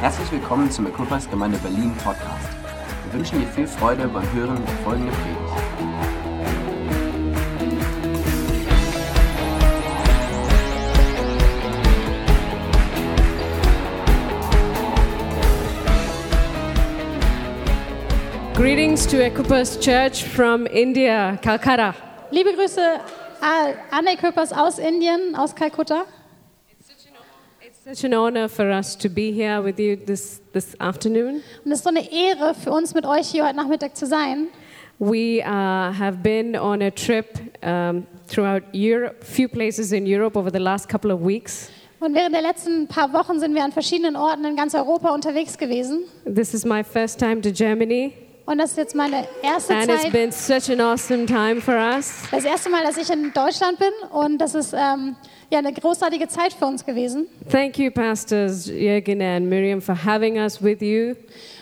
Herzlich willkommen zum Equippers Gemeinde Berlin Podcast. Wir wünschen dir viel Freude beim Hören der folgenden Predigt. Greetings to Equipas Church from India, Calcutta. Liebe Grüße äh, Anne Köpers aus Indien, aus Kalkutta. It's such an honor for us to be here with you this, this afternoon. Und es ist so eine Ehre für uns, mit euch hier heute Nachmittag zu sein. We uh, have been on a trip um, throughout Europe, few places in Europe over the last couple of weeks. Und während der letzten paar Wochen sind wir an verschiedenen Orten in ganz Europa unterwegs gewesen. This is my first time to Germany, Und das ist jetzt meine erste and it's Zeit, been such an awesome time for us. das erste Mal, dass ich in Deutschland bin. Und das ist ähm, ja eine großartige Zeit für uns gewesen. Thank you, Pastors Jürgen and Miriam, for having us with you.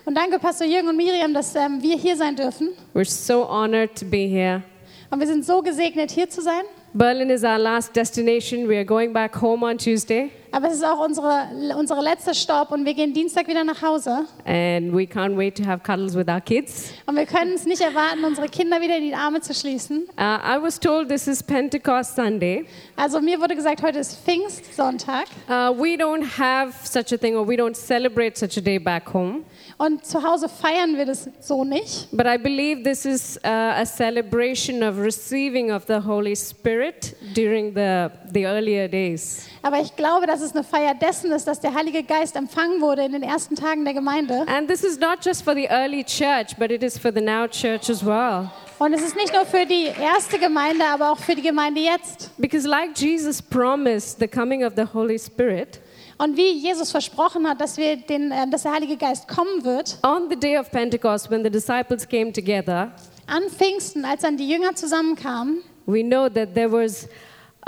Und danke Pastor Jürgen und Miriam, dass ähm, wir hier sein dürfen. We're so honored to be here. Und wir sind so gesegnet, hier zu sein. Berlin is our last destination. We are going back home on Tuesday. Aber es ist auch unsere, unsere letzte Stopp und wir gehen Dienstag wieder nach Hause. And we can't wait to have cuddles with our kids. Und wir können es nicht erwarten, unsere Kinder wieder in die Arme zu schließen. Uh, I was told this is Pentecost Sunday. Also mir wurde gesagt, heute ist Pfingstsonntag Uh, we don't have such a thing, or we don't celebrate such a day back home. und zu Hause feiern wir das so nicht. But I believe this is uh, a celebration of receiving of the Holy Spirit during the, the earlier days. Aber ich glaube, dass es eine Feier dessen ist, dass der Heilige Geist empfangen wurde in den ersten Tagen der Gemeinde. And this is not just for the early church, but it is for the now church as well. Und es ist nicht nur für die erste Gemeinde, aber auch für die Gemeinde jetzt. Because, like Jesus promised, the coming of the Holy Spirit, Und wie Jesus versprochen hat, dass, wir den, äh, dass der Heilige Geist kommen wird, on the day of Pentecost, when the disciples came together, an Pfingsten, als dann die Jünger zusammenkamen, We know that there was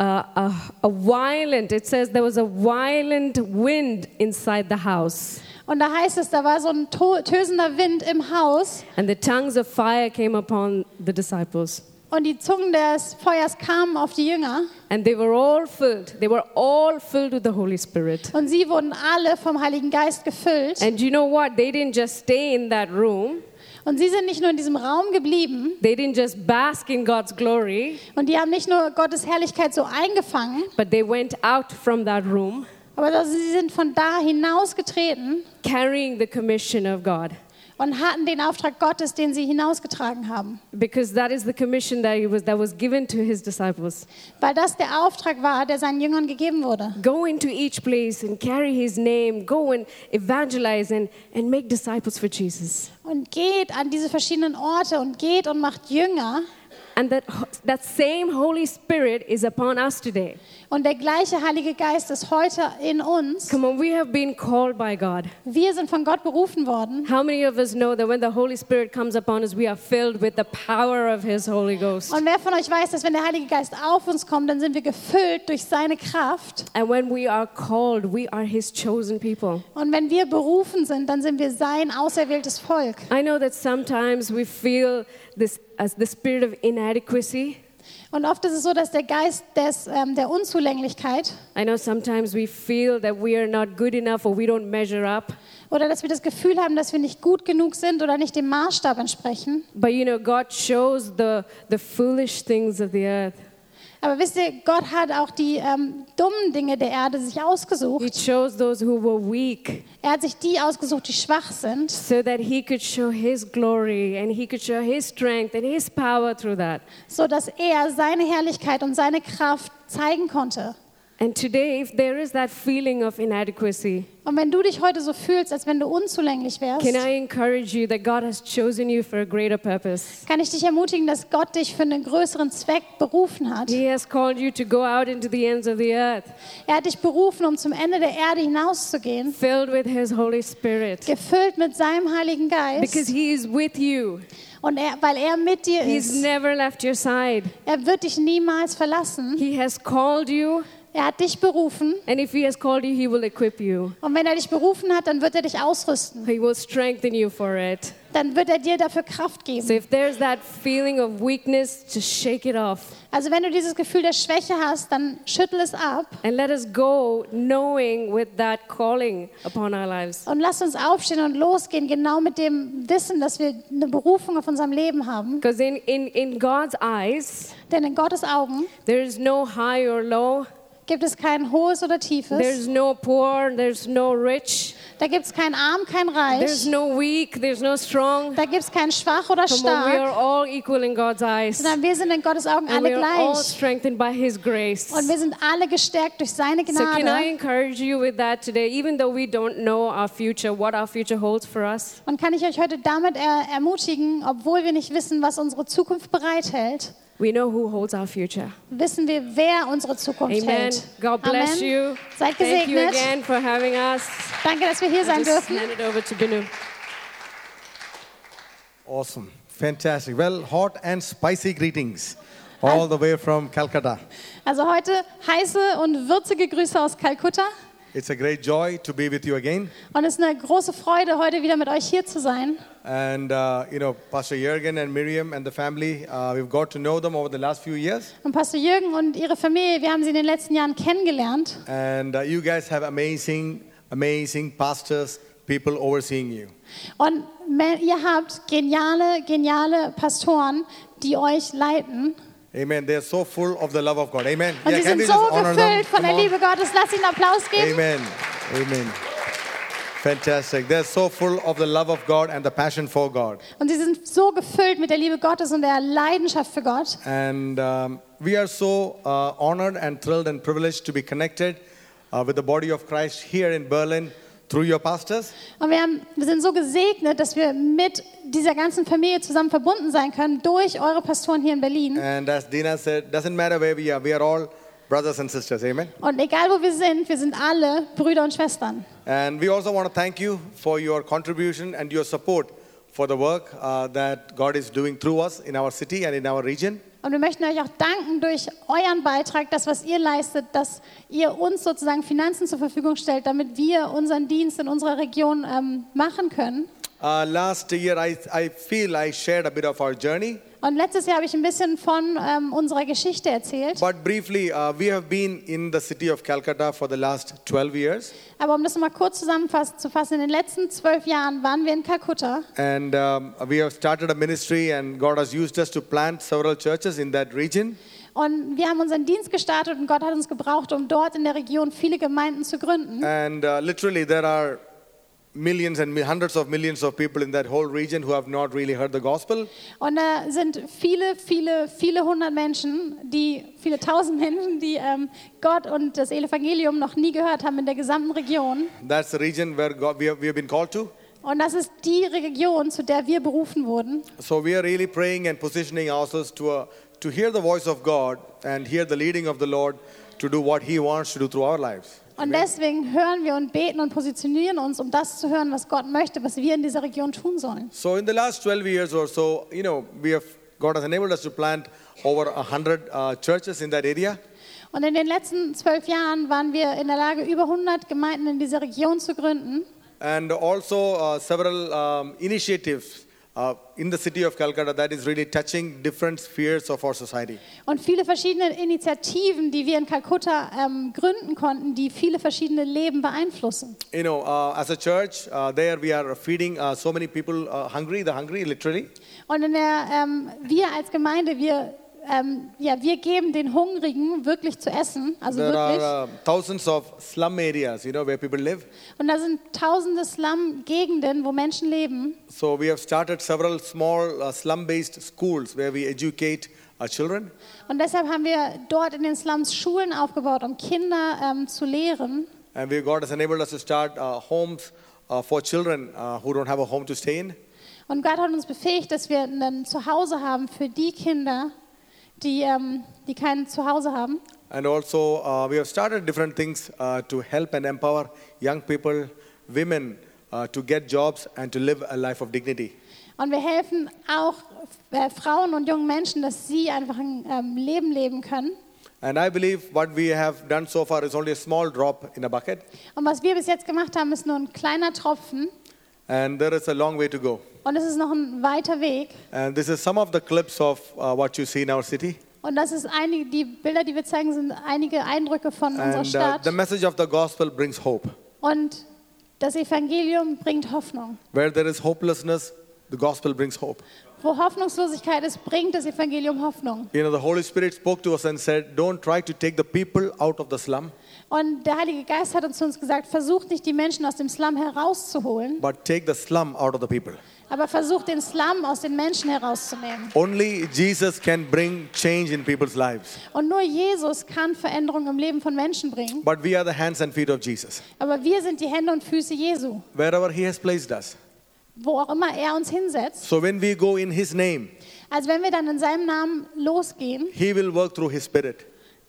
uh, a, a violent, it says there was a violent wind inside the house, und da heißt es, da war so ein to- tösender Wind im Haus and the tongues of fire came upon the disciples. und die Zungen des Feuers kamen auf die Jünger. And they were all filled, they were all filled with the Holy Spirit. Und sie wurden alle vom Heiligen Geist gefüllt. And you know what? They didn't just stay in that room, Und sie sind nicht nur in diesem Raum geblieben they didn't just bask in God's glory, und die haben nicht nur Gottes Herrlichkeit so eingefangen, but they went out from that room aber sie sind von da hinausgetreten carrying the commission of God. und hatten den Auftrag Gottes, den sie hinausgetragen haben. Because that is the commission that, he was, that was given to his disciples. Weil das der Auftrag war, der seinen Jüngern gegeben wurde. Go into each place and carry his name. Go and evangelize and, and make disciples for Jesus. Und geht an diese verschiedenen Orte und geht und macht Jünger. And that, that same Holy Spirit is upon us today. Und der gleiche Heilige Geist ist heute in uns. Come on, we have been called by God. Wir sind von Gott berufen worden. How many of us know that when the Holy Spirit comes upon us, we are filled with the power of his Holy Ghost? Und wer von euch weiß, dass wenn der Heilige Geist auf uns kommt, dann sind wir gefüllt durch seine Kraft. And when we are called, we are his chosen people. Und wenn wir berufen sind, dann sind wir sein auserwähltes Volk. I know that sometimes we feel this as the spirit of inadequacy. Und oft ist es so, dass der Geist des, ähm, der Unzulänglichkeit I know sometimes we feel that we are not good enough or we don't measure up. oder dass wir das Gefühl haben, dass wir nicht gut genug sind oder nicht dem Maßstab entsprechen. But you know, God shows the, the foolish things of the earth. Aber wisst ihr, Gott hat auch die ähm, dummen Dinge der Erde sich He ausgesucht. chose those who were weak Er hat sich die ausgesucht, die schwach sind, so that He could show His glory and He could show His strength and His power through that. so dass er seine Herrlichkeit und seine Kraft zeigen konnte. And today, if there is that feeling of inadequacy, Und wenn du dich heute so fühlst, als wenn du unzulänglich wärst, can I encourage you that God has chosen you for a greater purpose? kann ich dich ermutigen, dass Gott dich für einen größeren Zweck berufen hat. He has called you to go out into the ends of the earth, Er hat dich berufen, um zum Ende der Erde hinauszugehen, filled with His Holy Spirit. gefüllt mit seinem Heiligen Because Geist. He is with you, Und er, weil er mit dir He's ist, never left your side. er wird dich niemals verlassen. He has called you. Er hat dich berufen. And if He has called you, He will equip you. Und wenn er dich berufen hat, dann wird er dich ausrüsten. He will strengthen you for it. dann wird er dir dafür Kraft geben. So if there's that feeling of weakness, just shake it off Also wenn du dieses Gefühl der Schwäche hast, dann schüttel es ab and let us go knowing with that calling upon our lives. und lass uns aufstehen und losgehen, genau mit dem Wissen, dass wir eine Berufung auf unserem Leben haben. Because in, in, in God's eyes, Denn in Gottes Augen there is no high or low, gibt es kein hohes oder tiefes. there's no poor, there's no rich, Da gibt es kein arm, kein there's reich. no weak, there's no strong. Da gibt es kein schwach oder Come on, we are stark. all equal in God's eyes. Sondern wir sind in Gottes Augen And we alle are all gleich. strengthened by His grace. Und wir sind alle gestärkt durch seine So can I Gnade. encourage you with that today, even though we don't know our future, what our future holds for us? Und kann ich euch heute damit äh, ermutigen, obwohl wir nicht wissen, was unsere Zukunft bereithält, We know who holds our future. wissen wir, wer unsere Zukunft Amen. hält. God bless Amen. you. Thank Seid you gesegnet. again for having us. Danke, dass wir hier sein Just dürfen. hand it over to Binu. Awesome. Fantastic. Well, hot and spicy greetings all the way from Calcutta. Also heute heiße und würzige Grüße aus Kalkutta. It's a great joy to be with you again. Und es ist eine große Freude, heute wieder mit euch hier zu sein. And, uh, you know, Pastor Jürgen and Miriam and the family, uh, we've got to know them over the last few years. Und Pastor Jürgen und ihre Familie, wir haben sie in den letzten Jahren kennengelernt. And uh, you guys have amazing, amazing pastors, people overseeing you. Und me- ihr habt geniale, geniale Pastoren, die euch leiten. Amen. They are so full of the love of God. Amen. Und sie can sind we so just honor them? gefüllt von Come der on. Liebe Gottes. Lasst ihnen Applaus geben. Amen. Amen. Fantastic. They're so full of the love of God and the passion for God. Und sie sind so gefüllt mit der Liebe Gottes und der Leidenschaft für Gott. And um, we are so uh, honored and thrilled and privileged to be connected uh, with the body of Christ here in Berlin through your pastors. Und wir, haben, wir sind so gesegnet, dass wir mit dieser ganzen Familie zusammen verbunden sein können durch eure Pastoren hier in Berlin. And as Dina said, doesn't matter where we are, we are all brothers and sisters. Amen. Und egal wo wir sind, wir sind alle Brüder und Schwestern. And we also want to thank you for your contribution and your support for the work uh, that God is doing through us in our city and in our region. Und wir möchten euch auch danken durch euren Beitrag, das, was ihr leistet, dass ihr uns sozusagen Finanzen zur Verfügung stellt, damit wir unseren Dienst in unserer Region ähm, machen können. Uh, last year, I, I feel I shared a bit of our journey. Und letztes Jahr habe ich ein bisschen von ähm, unserer Geschichte erzählt. But briefly, uh, we have been in the city of Calcutta for the last 12 years. Aber um das nochmal kurz zusammenzufassen, in den letzten zwölf Jahren waren wir in Kalkutta. And um, we have started a ministry, and God has used us to plant several churches in that region. Und wir haben unseren Dienst gestartet und Gott hat uns gebraucht, um dort in der Region viele Gemeinden zu gründen. And uh, literally, there are millions and mi- hundreds of millions of people in that whole region who have not really heard the gospel. Und da sind viele, viele, viele hundert Menschen, die, viele tausend Menschen, die ähm, Gott und das Evangelium noch nie gehört haben in der gesamten Region. That's the region where God, we, have, we have been called to. Und das ist die Region, zu der wir berufen wurden. So we are really praying and positioning ourselves to, uh, to hear the voice of God and hear the leading of the Lord to do what He wants to do through our lives. Und deswegen hören wir und beten und positionieren uns, um das zu hören, was Gott möchte, was wir in dieser Region tun sollen. So in the last 12 years or so, you know, we have God has enabled us to plant over 100 uh, churches in that area. Und in den letzten zwölf Jahren waren wir in der Lage, über 100 Gemeinden in dieser Region zu gründen. and also uh, several um, initiatives uh, in the city of Calcutta that is really touching different spheres of our society. Und viele verschiedene Initiativen, die wir in Kalkutta ähm, gründen konnten, die viele verschiedene Leben beeinflussen. You know, uh, as a church, uh, there we are feeding uh, so many people uh, hungry, the hungry literally. Und in der, ähm, wir als Gemeinde, wir, ähm, ja, wir geben den Hungrigen wirklich zu essen, also There wirklich. are uh, thousands of slum areas, you know, where people live. Und da sind tausende Slum-Gegenden, wo Menschen leben. So we have started several small uh, slum-based schools where we educate our children. Und deshalb haben wir dort in den Slums Schulen aufgebaut, um Kinder ähm, zu lehren. And we, God has enabled us to start uh, homes uh, for children uh, who don't have a home to stay in. Und Gott hat uns befähigt, dass wir ein Zuhause haben für die Kinder, die, ähm, die kein Zuhause haben. And also, uh, we have started different things uh, to help and empower young people, women, uh, to get jobs and to live a life of dignity. Und wir helfen auch äh, Frauen und jungen Menschen, dass sie einfach ein ähm, Leben leben können. And I believe what we have done so far is only a small drop in a bucket. Und was wir bis jetzt gemacht haben, ist nur ein kleiner Tropfen. And there is a long way to go. Und es ist noch ein weiter Weg. And this is some of the clips of uh, what you see in our city. Und das ist einige, die Bilder, die wir zeigen, sind einige Eindrücke von unserer And uh, Stadt. the message of the gospel brings hope. Und das Evangelium bringt Hoffnung. Where there is hopelessness, the gospel brings hope. Wo Hoffnungslosigkeit ist, bringt das Evangelium Hoffnung. You know, the Holy Spirit spoke to us and said, Don't try to take the people out of the slum, Und der Heilige Geist hat uns zu uns gesagt, versucht nicht die Menschen aus dem Slum herauszuholen, but take the slum out of the people. aber versucht den Slum aus den Menschen herauszunehmen. Only Jesus can bring change in people's lives. Und nur Jesus kann Veränderung im Leben von Menschen bringen. But we are the hands and feet of Jesus. Aber wir sind die Hände und Füße Jesu, Wherever He has placed us. wo auch immer er uns hinsetzt. So when we go in His name, Also wenn wir dann in seinem Namen losgehen, He will work through His Spirit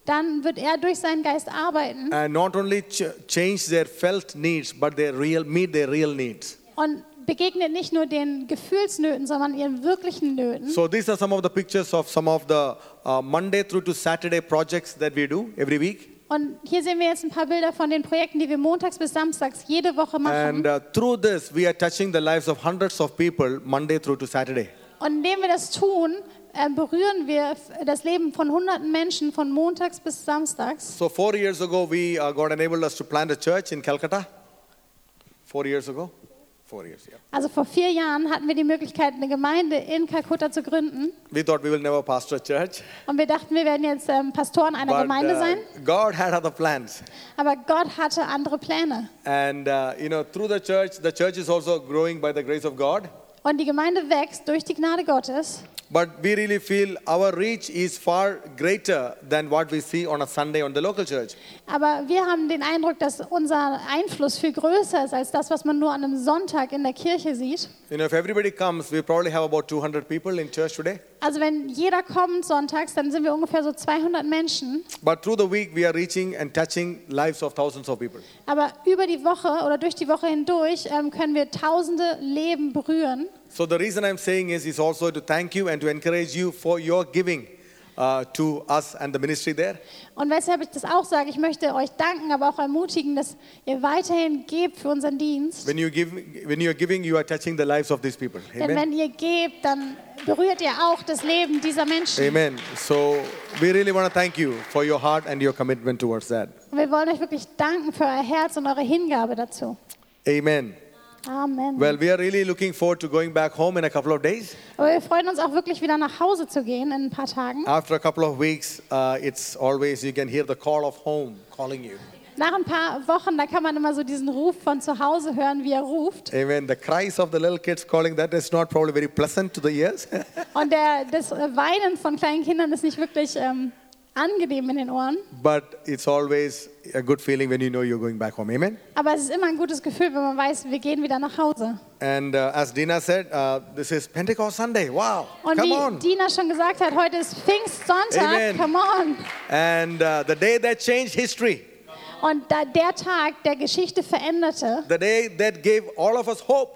dann wird er durch seinen Geist arbeiten and not only ch- change their felt needs, but their real, meet their real needs. und begegnet nicht nur den Gefühlsnöten, sondern ihren wirklichen Nöten. So these are some of the pictures of some of the uh, Monday through to Saturday projects that we do every week. Und hier sehen wir jetzt ein paar Bilder von den Projekten, die wir montags bis samstags jede Woche machen. And uh, through this, we are touching the lives of hundreds of people Monday through to Saturday. Und indem wir das tun, äh, berühren wir f- das Leben von hunderten Menschen von montags bis samstags. So four years ago, we uh, God enabled us to plant a church in Calcutta. Four years ago, four years. Yeah. Also vor vier Jahren hatten wir die Möglichkeit, eine Gemeinde in Kalkutta zu gründen. We thought we will never pastor a church, Und wir dachten, wir werden jetzt ähm, Pastoren einer but Gemeinde uh, sein. God had other plans. Aber Gott hatte andere Pläne. And uh, you know, through the church, the church is also growing by the grace of God. Und die Gemeinde wächst durch die Gnade Gottes. But we really feel our reach is far greater than what we see on a Sunday on the local church. Aber wir haben den Eindruck, dass unser Einfluss viel größer ist als das, was man nur an einem Sonntag in der Kirche sieht. You know, if everybody comes, we probably have about 200 people in church today. Also wenn jeder kommt sonntags, dann sind wir ungefähr so 200 Menschen. But through the week, we are reaching and touching lives of thousands of people. Aber über die Woche oder durch die Woche hindurch ähm, können wir tausende Leben berühren. So the reason I'm saying is, is also to thank you and to encourage you for your giving uh, to us and the ministry there. Und weshalb ich das auch sage, ich möchte euch danken, aber auch ermutigen, dass ihr weiterhin gebt für unseren Dienst. When you give, when you are giving, you are touching the lives of these people. Denn Amen. wenn ihr gebt, dann berührt ihr auch das Leben dieser Menschen. Amen. So we really want to thank you for your heart and your commitment towards that. Und wir wollen euch wirklich danken für euer Herz und eure Hingabe dazu. Amen. Amen. Well, we are really looking forward to going back home in a couple of days. aber wir freuen uns auch wirklich wieder nach Hause zu gehen in ein paar Tagen. After a couple of weeks, uh, it's always you can hear the call of home calling you. Nach ein paar Wochen, da kann man immer so diesen Ruf von zu Hause hören, wie er ruft. Amen. The cries of the little kids calling that is not probably very pleasant to the ears. Und der, das Weinen von kleinen Kindern ist nicht wirklich ähm, angenehm in den Ohren. But it's always a good feeling when you know you're going back home. Amen. Aber es ist immer ein gutes Gefühl, wenn man weiß, wir gehen wieder nach Hause. And uh, as Dina said, uh, this is Pentecost Sunday. Wow. Und Come wie on. Dina schon gesagt hat, heute ist Pfingstsonntag. Amen. Come on. And uh, the day that changed history, Und da, der Tag, der Geschichte veränderte, the day that gave all of us hope.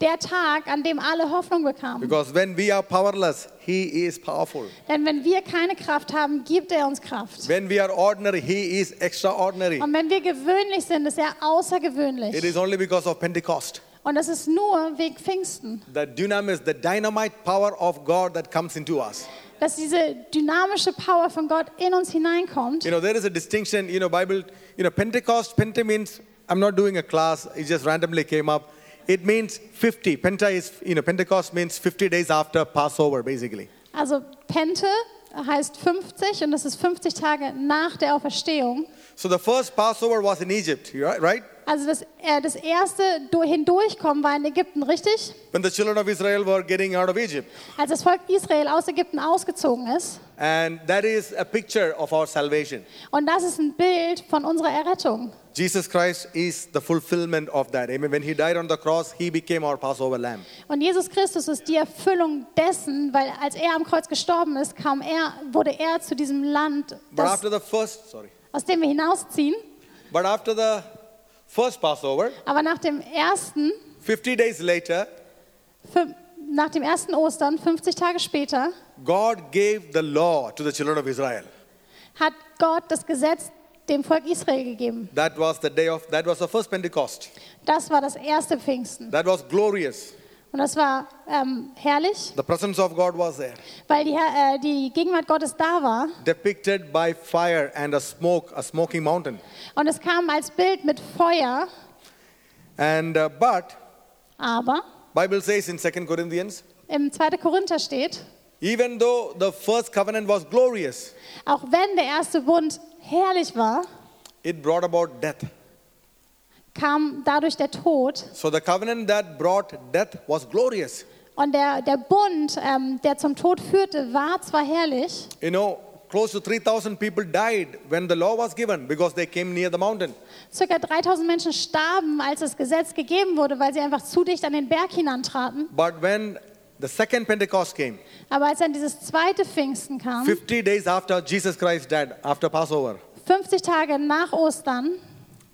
der Tag, an dem alle Hoffnung bekamen. Because when we are powerless, He is powerful. Denn wenn wir keine Kraft haben, gibt er uns Kraft. When we are ordinary, He is extraordinary. Und wenn wir gewöhnlich sind, ist er It außergewöhnlich. is only because of Pentecost. Und das ist nur wegen Pfingsten. The dunamis, the dynamite power of God that comes into us. Dass diese dynamische Power von Gott in uns hineinkommt. You know, there is a distinction, you know, Bible, you know, Pentecost, Penta means, I'm not doing a class, it just randomly came up. It means 50. Penta is, you know, Pentecost means 50 days after Passover, basically. Also Pente heißt 50 und das ist 50 Tage nach der Auferstehung. So the first Passover was in Egypt, you are- right? Also das, äh, das erste Du- Hindurchkommen war in Ägypten, richtig? When the children of Israel were getting out of Egypt. Als das Volk Israel aus Ägypten ausgezogen ist. And that is a picture of our salvation. Und das ist ein Bild von unserer Errettung. Jesus Christ is the fulfillment of that. Amen. When he died on the cross, he became our Passover lamb. Und Jesus Christus ist die Erfüllung dessen, weil als er am Kreuz gestorben ist, kam er, wurde er zu diesem Land, But das, after the first, sorry. aus dem wir hinausziehen. But after the first Passover, Aber nach dem ersten, 50 days later, fün- nach dem ersten Ostern, 50 Tage später, God gave the law to the children of Israel. hat Gott das Gesetz dem Volk Israel gegeben. That was the day of, that was the first Pentecost. Das war das erste Pfingsten. That was glorious. Und das war ähm, herrlich, The presence of God was there, weil die, Herr- äh, die Gegenwart Gottes da war. depicted by fire and a smoke, a smoking mountain. Und es kam als Bild mit Feuer, And uh, but aber Bible says in 2 Corinthians, im 2. Korinther steht, even though the first covenant was glorious, auch wenn der erste Bund herrlich war, it brought about death. kam dadurch der Tod. So the covenant that brought death was glorious. Und der, der Bund, ähm, der zum Tod führte, war zwar herrlich, You know, close to 3,000 people died when the law was given because they came near the mountain. circa 3000 Menschen starben, als das Gesetz gegeben wurde, weil sie einfach zu dicht an den Berg hinantraten. But when the second Pentecost came, Aber als dann dieses zweite Pfingsten kam, 50 days after Jesus Christ died, after Passover, 50 Tage nach Ostern,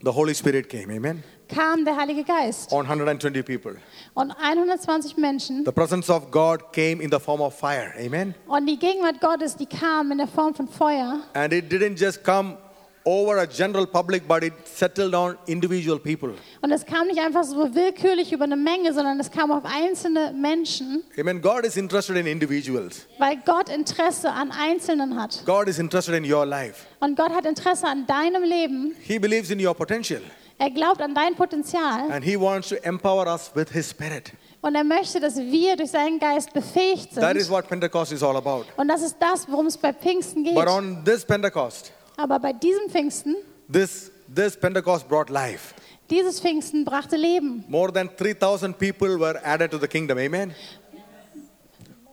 the Holy Spirit came, amen, kam der Heilige Geist. on 120 people. Und 120 Menschen The presence of God came in the form of fire, amen. und die Gegenwart Gottes, die kam in der Form von Feuer. And it didn't just come over a general public, but it settled on individual people. Und es kam nicht einfach so willkürlich über eine Menge, sondern es kam auf einzelne Menschen, Amen. God is interested in individuals. weil Gott Interesse an Einzelnen hat. God is interested in your life. Und Gott hat Interesse an deinem Leben. He believes in your potential. Er glaubt an dein Potenzial And He wants to empower us with His Spirit. und er möchte, dass wir durch seinen Geist befähigt That is sind. what Pentecost is all about. Und das ist das, worum es bei Pfingsten geht. But on this Pentecost, Aber bei diesem Pfingsten, this, this Pentecost brought life. dieses Pfingsten brachte Leben. More than 3,000 people were added to the kingdom. Amen.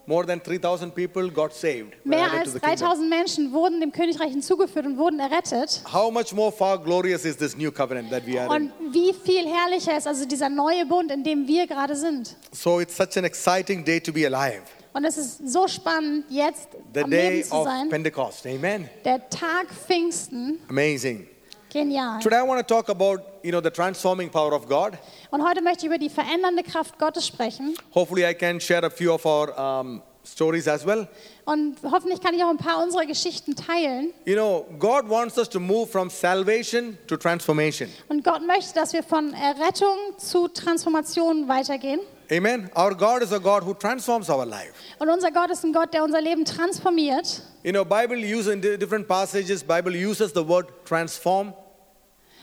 More than 3,000 people got saved. were Mehr added als kingdom. 3000 Menschen wurden dem Königreich hinzugeführt und wurden errettet. How much more far glorious is this new covenant that we are in? Und wie viel herrlicher ist also dieser neue Bund, in dem wir gerade sind. So it's such an exciting day to be alive. Und es ist so spannend, jetzt The am day Leben zu of sein. Pentecost. Amen. Der Tag Pfingsten, Amazing. genial. Today I want to talk about, you know, the transforming power of God. Und heute möchte ich über die verändernde Kraft Gottes sprechen. Hopefully I can share a few of our um, stories as well. Und hoffentlich kann ich auch ein paar unserer Geschichten teilen. You know, God wants us to move from salvation to transformation. Und Gott möchte, dass wir von Errettung zu Transformation weitergehen. Amen. Our God is a God who transforms our life. Und unser Gott ist ein Gott, der unser Leben transformiert. You know, Bible uses in di- different passages, Bible uses the word transform.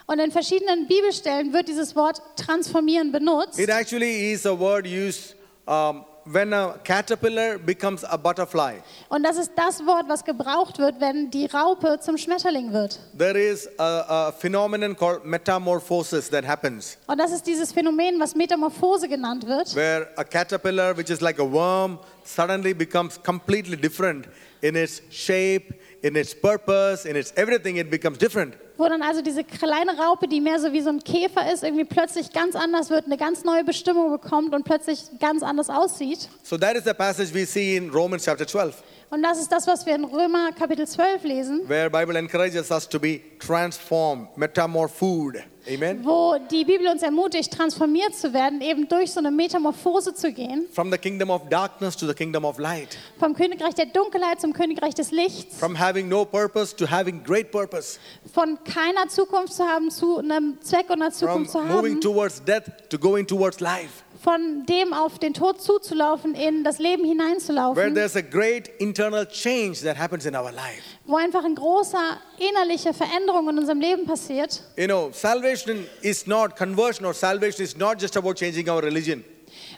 Und in verschiedenen Bibelstellen wird dieses Wort transformieren benutzt. It actually is a word used um, when a caterpillar becomes a butterfly. Und das ist das Wort, was gebraucht wird, wenn die Raupe zum Schmetterling wird. There is a, a phenomenon called metamorphosis that happens, Und das ist dieses Phänomen, was Metamorphose genannt wird. where a caterpillar, which is like a worm, suddenly becomes completely different in its shape, in its purpose, in its everything. It becomes different. Wo dann also diese kleine Raupe, die mehr so wie so ein Käfer ist, irgendwie plötzlich ganz anders wird, eine ganz neue Bestimmung bekommt und plötzlich ganz anders aussieht. So that is the passage we see in Romans chapter 12, Und das ist das, was wir in Römer Kapitel 12 lesen, where Bible encourages us to be transformed, metamorphosed. Amen. wo die Bibel uns ermutigt, transformiert zu werden, eben durch so eine Metamorphose zu gehen, From the kingdom of darkness to the kingdom of light, vom Königreich der Dunkelheit zum Königreich des Lichts, from having no purpose to having great purpose, von keiner Zukunft zu haben zu einem Zweck und einer from Zukunft zu moving haben, towards death to going towards life, von dem auf den Tod zuzulaufen, in das Leben where hineinzulaufen, there's a great internal change that happens in our life. wo einfach ein großer innerliche Veränderung in unserem Leben passiert. You know, salvation is not conversion or salvation is not just about changing our religion.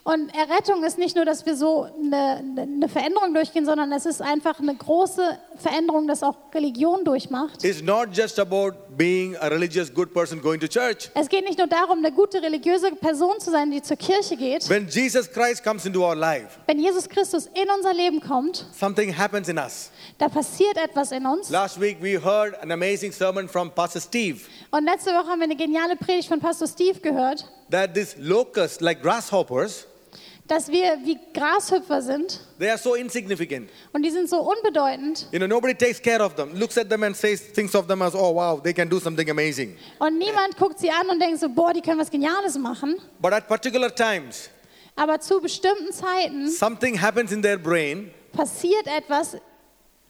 Und Errettung ist nicht nur, dass wir so eine, eine Veränderung durchgehen, sondern es ist einfach eine große Veränderung, dass auch Religion durchmacht. It's not just about being a religious good person going to church. Es geht nicht nur darum, eine gute religiöse Person zu sein, die zur Kirche geht. When Jesus Christ comes into our life, Wenn Jesus Christus in unser Leben kommt, something happens in us. da passiert etwas in uns. Last week we heard an amazing sermon from Pastor Steve Und letzte Woche haben wir eine geniale Predigt von Pastor Steve gehört, that these locusts, like grasshoppers, dass wir wie Grashüpfer sind they are so insignificant. und die sind so unbedeutend You know, nobody takes care of them, looks at them and says, thinks of them as, oh wow, they can do something amazing. und niemand guckt sie an und denkt so, boah, die können was Geniales machen. But at particular times, Aber zu bestimmten Zeiten something happens in their brain passiert etwas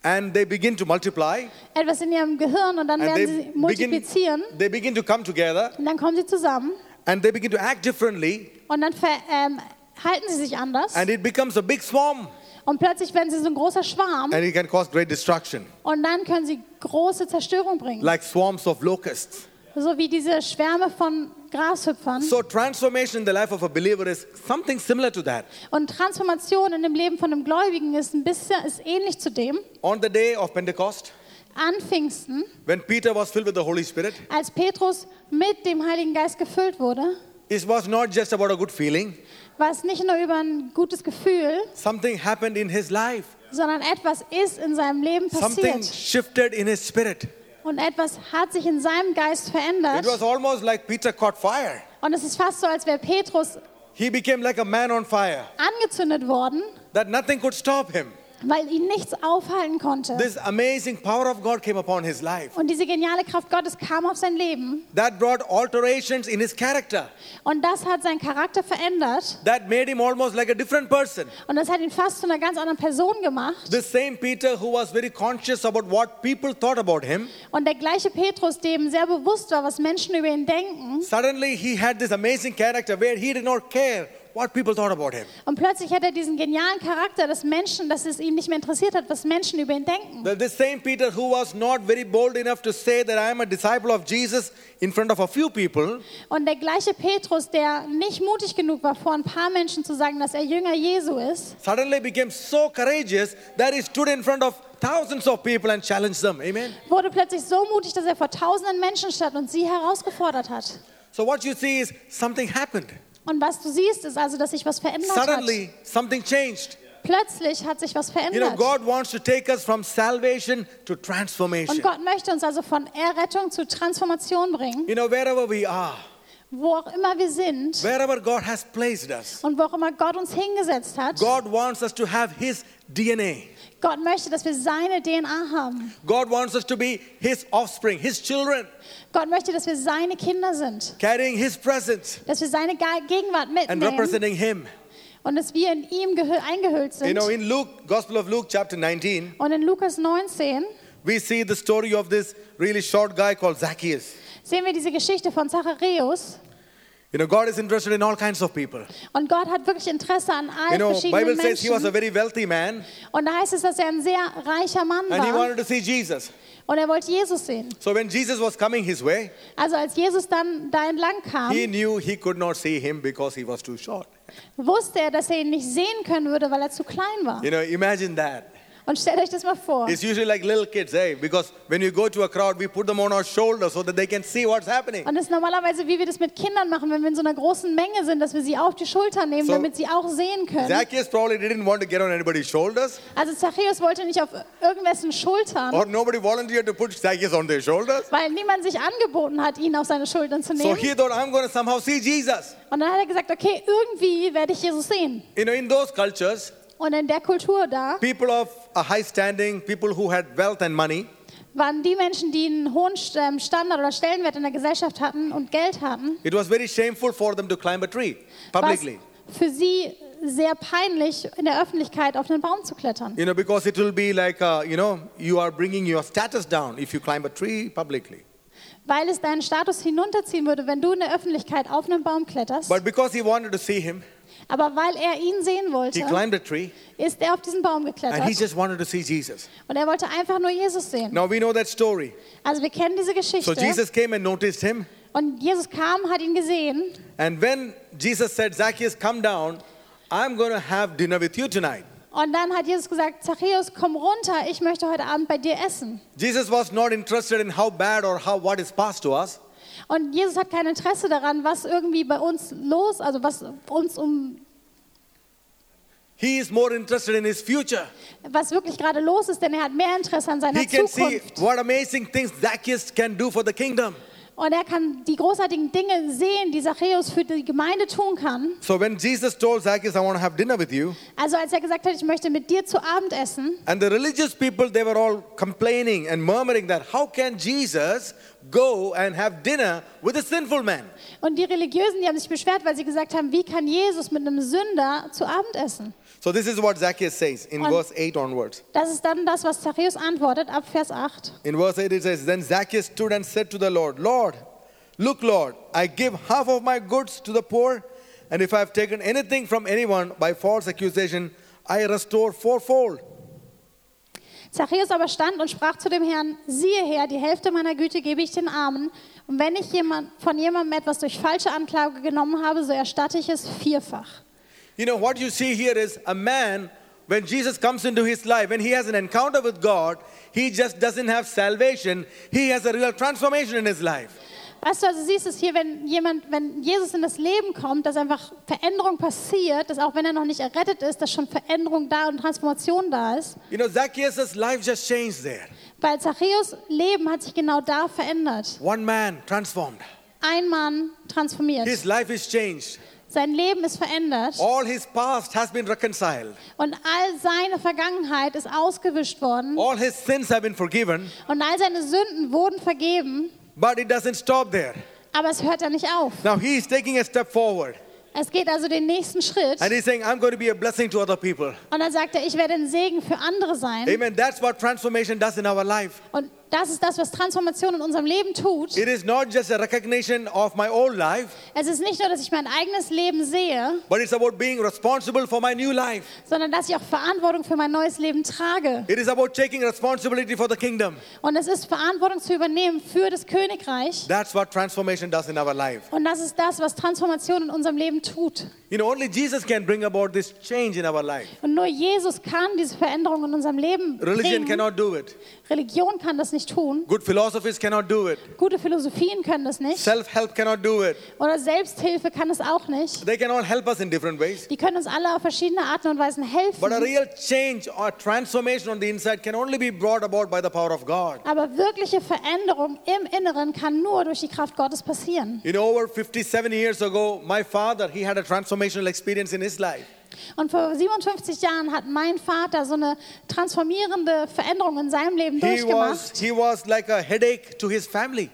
and they begin to multiply etwas in ihrem Gehirn und dann and werden they sie multiplizieren begin, they begin to come together und dann kommen sie zusammen and they begin to act differently und dann ver, ähm, halten sie sich anders and it becomes a big swarm und plötzlich werden sie so ein großer Schwarm and it can cause great destruction und dann können sie große Zerstörung bringen, like swarms of locusts so wie diese Schwärme von Grashüpfern. so transformation in the life of a believer is something similar to that Und Transformation in dem Leben von einem Gläubigen ist ein bisschen ist ähnlich zu dem on the day of pentecost an Pfingsten, when peter was filled with the holy spirit als Petrus mit dem Heiligen Geist gefüllt wurde, it was not just about a good feeling war es nicht nur über ein gutes Gefühl, something happened in his life sondern etwas ist in seinem Leben something passiert shifted in his spirit und etwas hat sich in seinem Geist it verändert. was almost like peter caught fire Und es ist fast so, als wäre Petrus he became like a man on fire angezündet worden, that nothing could stop him weil ihn nichts aufhalten konnte. This amazing power of God came upon his life. Und diese geniale Kraft Gottes kam auf sein Leben That brought alterations in his character. und das hat seinen Charakter verändert That made him almost like a different person. und das hat ihn fast zu einer ganz anderen Person gemacht. The same Peter who was very conscious about what people thought about him, Und der gleiche Petrus, dem sehr bewusst war, was Menschen über ihn denken, suddenly he had this amazing character where he did not care what people thought about him. und plötzlich hat er diesen genialen Charakter, dass Menschen, dass es ihn nicht mehr interessiert hat, was Menschen über ihn denken. The, the same Peter who was not very bold enough to say that I am a disciple of Jesus in front of a few people, Und der gleiche Petrus, der nicht mutig genug war, vor ein paar Menschen zu sagen, dass er Jünger Jesu ist, suddenly became so courageous that he stood in front of thousands of people and challenged them. Amen. wurde plötzlich so mutig, dass er vor tausenden Menschen stand und sie herausgefordert hat. So what you see is something happened. Und was du siehst, ist also, dass sich was verändert hat. Suddenly, something changed. Plötzlich hat sich was You know, verändert. God wants to take us from salvation to transformation. Und Gott möchte uns also von Errettung zu Transformation bringen, You know, wherever we are, wo auch immer wir sind wherever God has placed us, und wo auch immer Gott uns hingesetzt hat. God wants us to have His DNA. Gott möchte, dass wir seine DNA haben. God wants us to be His offspring, His children, Gott möchte, dass wir seine Kinder sind, carrying His presence dass wir seine Ge- Gegenwart and mitnehmen representing Him. und dass wir in ihm gehö- eingehüllt You sind. know, in Luke, Gospel of Luke, chapter 19, Und in Lukas 19 we see the story of this really short guy called Zacchaeus. sehen wir diese Geschichte von Zacharias You know, God is interested in all kinds of people. und Gott hat wirklich Interesse an You allen know, verschiedenen Bible says he was a Menschen. very wealthy man Und da heißt es, dass er ein sehr reicher Mann and he war wanted to see Jesus. und er wollte Jesus sehen. So when Jesus was coming his way, Also als Jesus dann da entlang kam, he knew he could not see him because he was too short. wusste er, dass er ihn nicht sehen können würde, weil er zu klein war. You know, imagine that. Und stellt euch das mal vor. It's usually like little kids, eh? Because when you go to a crowd, we put them on our shoulders so that they can see what's happening. Und das ist normalerweise, wie wir das mit Kindern machen, wenn wir in so einer großen Menge sind, dass wir sie auf die Schulter nehmen, So- damit sie auch sehen können. Zacchaeus probably didn't want to get on anybody's shoulders, also Zachäus wollte nicht auf irgendwessen Schultern, or nobody volunteered to put Zacchaeus on their shoulders. weil niemand sich angeboten hat, ihn auf seine Schultern zu So nehmen. he thought, I'm going to somehow see Jesus. und dann hat er gesagt, okay, irgendwie werde ich Jesus sehen. You know, in those cultures, Und in der Kultur da people of a high standing, people who had wealth and money, waren die Menschen, die einen hohen ähm, Standard oder Stellenwert in der Gesellschaft hatten und Geld hatten, it was very shameful for them to climb a tree publicly. was für sie sehr peinlich in der Öffentlichkeit auf einen Baum zu klettern. You know, because it will be like, uh, you know, you are bringing your status down if you climb a tree publicly. Weil es deinen Status hinunterziehen würde, wenn du in der Öffentlichkeit auf einen Baum kletterst. But because he wanted to see him, Aber weil er ihn sehen he wollte, climbed a tree ist er auf diesen Baum and he geklettert. just wanted to see Jesus. Und er wollte einfach nur Jesus sehen. Now we know that story. Also wir kennen diese So Geschichte. Jesus came and noticed him. Und Jesus kam, hat ihn gesehen. And when Jesus said, Zacchaeus, come down, I'm going to have dinner with you tonight. Und dann hat Jesus gesagt, Zachäus, komm runter, ich möchte heute Abend bei dir essen. Jesus was not interested in how bad or how what is passed to us. Und Jesus hat kein Interesse daran, was irgendwie bei uns los, also was uns um, He is more interested in his future. was wirklich gerade los ist, denn er hat mehr Interesse an seiner He can see Zukunft. what amazing things Zacchaeus can do for the kingdom. Und er kann die großartigen Dinge sehen, die Zachäus für die Gemeinde tun kann. So when Jesus told Zacchaeus, I want to have dinner with you, Also als er gesagt hat, ich möchte mit dir zu Abend essen, And the religious people, they were all complaining and murmuring that how can Jesus go and have dinner with a sinful man? und die Religiösen, die haben sich beschwert, weil sie gesagt haben, wie kann Jesus mit einem Sünder zu Abend essen? So this is what Zacchaeus says in Und- verse 8 onwards. Das ist dann das, was Zachäus antwortet ab Vers 8. In verse 8 it says, Then Zacchaeus stood and said to the Lord, Lord, look, Lord, I give half of my goods to the poor, and if I have taken anything from anyone by false accusation, I restore fourfold. Zachäus aber stand und sprach zu dem Herrn, siehe her, die Hälfte meiner Güte gebe ich den Armen, und wenn ich jemand, von jemandem etwas durch falsche Anklage genommen habe, so erstatte ich es vierfach. You know, what you see here is a man, when Jesus comes into his life, when he has an encounter with God, he just doesn't have salvation. He has a real transformation in his life. Weißt du, also siehst es hier, wenn jemand, wenn Jesus in das Leben kommt, dass einfach Veränderung passiert, dass auch wenn er noch nicht errettet ist, dass schon Veränderung da und Transformation da ist. You know, Zacchaeus' life just changed there. Weil Zachäus Leben hat sich genau da verändert. One man transformed. Ein Mann transformiert. His Oh. life is changed. Sein Leben ist verändert All his past has been reconciled. und all seine Vergangenheit ist ausgewischt worden All his sins have been forgiven. und all seine Sünden wurden vergeben. But it doesn't stop there. Aber es hört ja nicht auf. Now he is taking a step forward Es geht also den nächsten Schritt and he's saying, I'm going to be a blessing to other people. und dann sagt er, ich werde ein Segen für andere sein. Amen. That's what transformation does in our life. Und das ist das, was Transformation in unserem Leben tut. It is not just a recognition of my old life, Es ist nicht nur, dass ich mein eigenes Leben sehe, but it's about being responsible for my new life. sondern dass ich auch Verantwortung für mein neues Leben trage. It is about taking responsibility for the kingdom. Und es ist Verantwortung zu übernehmen für das Königreich. That's what transformation does in our life. Und das ist das, was Transformation in unserem Leben tut. You know, only Jesus can bring about this change in our life. Und nur Jesus kann diese Veränderung in unserem Leben Religion bringen. cannot do it. Religion kann das nicht tun. Good philosophies cannot do it. Gute Philosophien können das nicht. Self help cannot do it. Oder Selbsthilfe kann es auch nicht. They can all help us in different ways. Die können uns alle auf verschiedene Arten und Weisen But a helfen. real change or transformation on the inside can only be brought about by the power of God. Aber wirkliche Veränderung im Inneren kann nur durch die Kraft Gottes passieren. You know, over 57 years ago, my father, he had a transformational experience in his life. Und vor 57 Jahren hat mein Vater so eine transformierende Veränderung in seinem Leben He durchgemacht. was, he was like a headache to his family.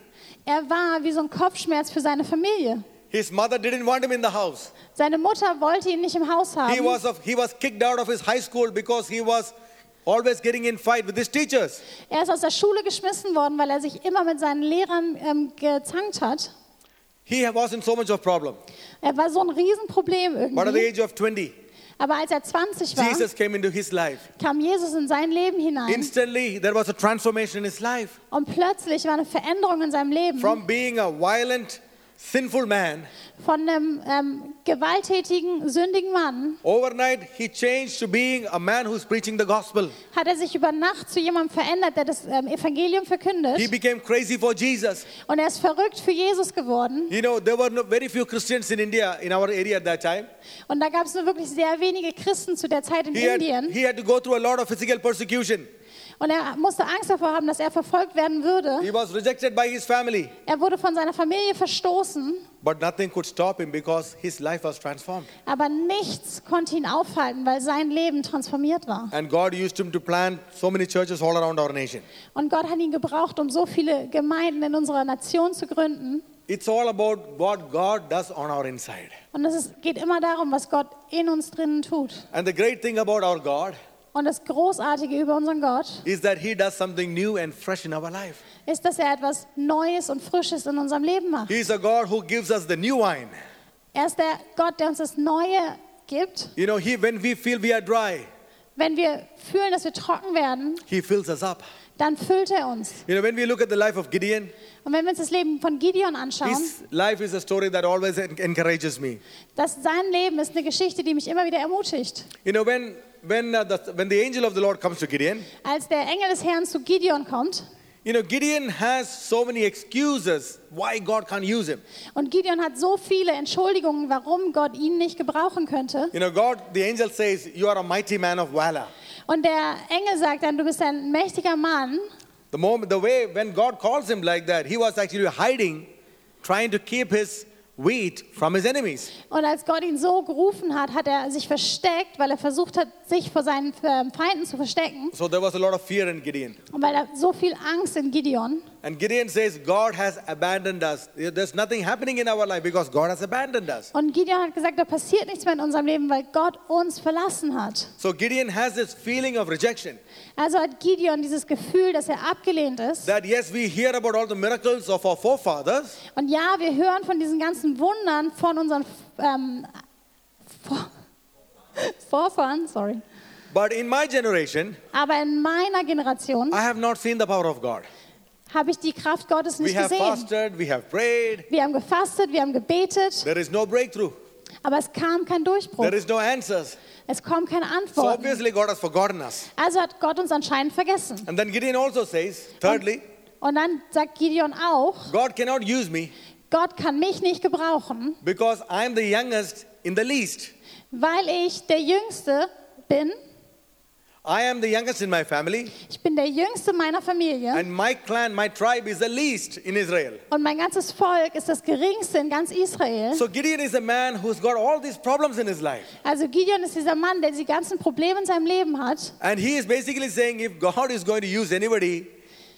Er war wie so ein Kopfschmerz für seine Familie. His mother didn't want him in the house. Seine Mutter wollte ihn nicht im Haus He haben. was, of, he was kicked out of his high school because he was always getting in fight with his teachers. Er ist aus der Schule geschmissen worden, weil er sich immer mit seinen Lehrern ähm, gezankt hat. He was in so much of problem. Er war so ein Riesenproblem But at the irgendwie. age of 20, Aber als er 20 war, Jesus came into his life. kam Jesus in sein Leben hinein. Instantly, there was a transformation in his life. Und plötzlich war eine Veränderung in seinem Leben. From being a violent, sinful man, Von einem ähm, gewalttätigen, sündigen Mann Overnight, he changed to being a man who's preaching the gospel. hat er sich über Nacht zu jemandem verändert, der das ähm, Evangelium He verkündet. became crazy for Jesus. Und er ist verrückt für Jesus geworden. You know, there were no, very few Christians in India, in our area at that time. Und da gab es nur wirklich sehr wenige Christen zu der Zeit in He had, Indien. he had to go through a lot of physical persecution. Und er musste Angst davor haben, dass er verfolgt werden würde. He was rejected by his family. Er wurde von seiner Familie verstoßen, But nothing could stop him because his life was transformed. aber nichts konnte ihn aufhalten, weil sein Leben transformiert war. And God used him to plant so many churches all around our nation. Und Gott hat ihn gebraucht, um so viele Gemeinden in unserer Nation zu gründen. It's all about what God does on our inside. Und es ist- geht immer darum, was Gott in uns drinnen tut. And the great thing about our God Und das Großartige über unseren Gott is that he does something new and fresh in our life. ist, dass er etwas Neues und Frisches in unserem Leben macht. He is a God who gives us the new wine. Er ist der Gott, der uns das Neue gibt. You know, he, when we feel we are dry, Wenn wir fühlen, dass wir trocken werden, he fills us up. dann füllt er uns. You know, when we look at the life of Gideon, Und wenn wir uns das Leben von Gideon anschauen, his life is a story that always en- encourages me. dass sein Leben ist eine Geschichte, die mich immer wieder ermutigt. You know, when, when, uh, the, when the angel of the Lord comes to Gideon, Als der Engel des Herrn zu Gideon kommt you know, Gideon has so many excuses why God can't use him. und Gideon hat so viele Entschuldigungen, warum Gott ihn nicht gebrauchen könnte. You know, God, the angel says, You are a mighty man of valor. Und der Engel sagt dann, du bist ein mächtiger Mann. The moment, the way when God calls him like that, he was actually hiding, trying to keep his wheat from his enemies. Und als Gott ihn so gerufen hat, hat er sich versteckt, weil er versucht hat, sich vor seinen ähm, Feinden zu verstecken So there was a lot of fear in Gideon. und weil er so viel Angst in Gideon. And Gideon says, God has abandoned us. There's nothing happening in our life because God has abandoned us. Und Gideon hat gesagt, da passiert nichts mehr in unserem Leben, weil Gott uns verlassen hat. So Gideon has this feeling of rejection Also hat Gideon dieses Gefühl, dass er abgelehnt ist. that yes, we hear about all the miracles of our forefathers, Und ja, wir hören von diesen ganzen Wundern von unseren ähm, Vor Vorfahren, sorry. but in my generation, Aber in meiner Generation I have not seen the power of God. habe ich die Kraft Gottes We nicht have gesehen. fasted, we have prayed, Wir haben gefastet, wir haben gebetet, there is no breakthrough, aber es kam kein Durchbruch. there is no answers. Es kommen keine So Antworten. obviously, God has forgotten us. Also hat Gott uns anscheinend vergessen. And then Gideon also says, thirdly, Und dann sagt Gideon auch, God cannot use me Gott kann mich nicht gebrauchen, because I'm the youngest in the least. weil ich der Jüngste bin. I am the youngest in my family, Ich bin der Jüngste meiner Familie. and my clan, my tribe is the least in Israel. Und mein ganzes Volk ist das Geringste in ganz Israel. So Gideon is a man who's got all these problems in his life. Also Gideon ist dieser Mann, der die ganzen Probleme in seinem Leben hat. And he is basically saying if God is going to use anybody,